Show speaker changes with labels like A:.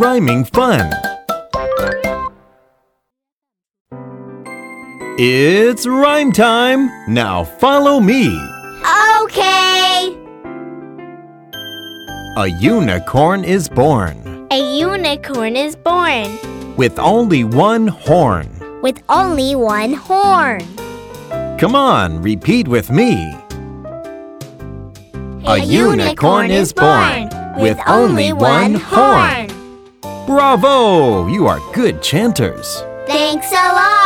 A: Rhyming fun. It's rhyme time. Now follow me.
B: Okay.
A: A unicorn is born
B: A unicorn is born
A: with only one horn.
B: with only one horn.
A: Come on, repeat with me. A unicorn is born with only one horn. Bravo! You are good chanters.
B: Thanks a lot.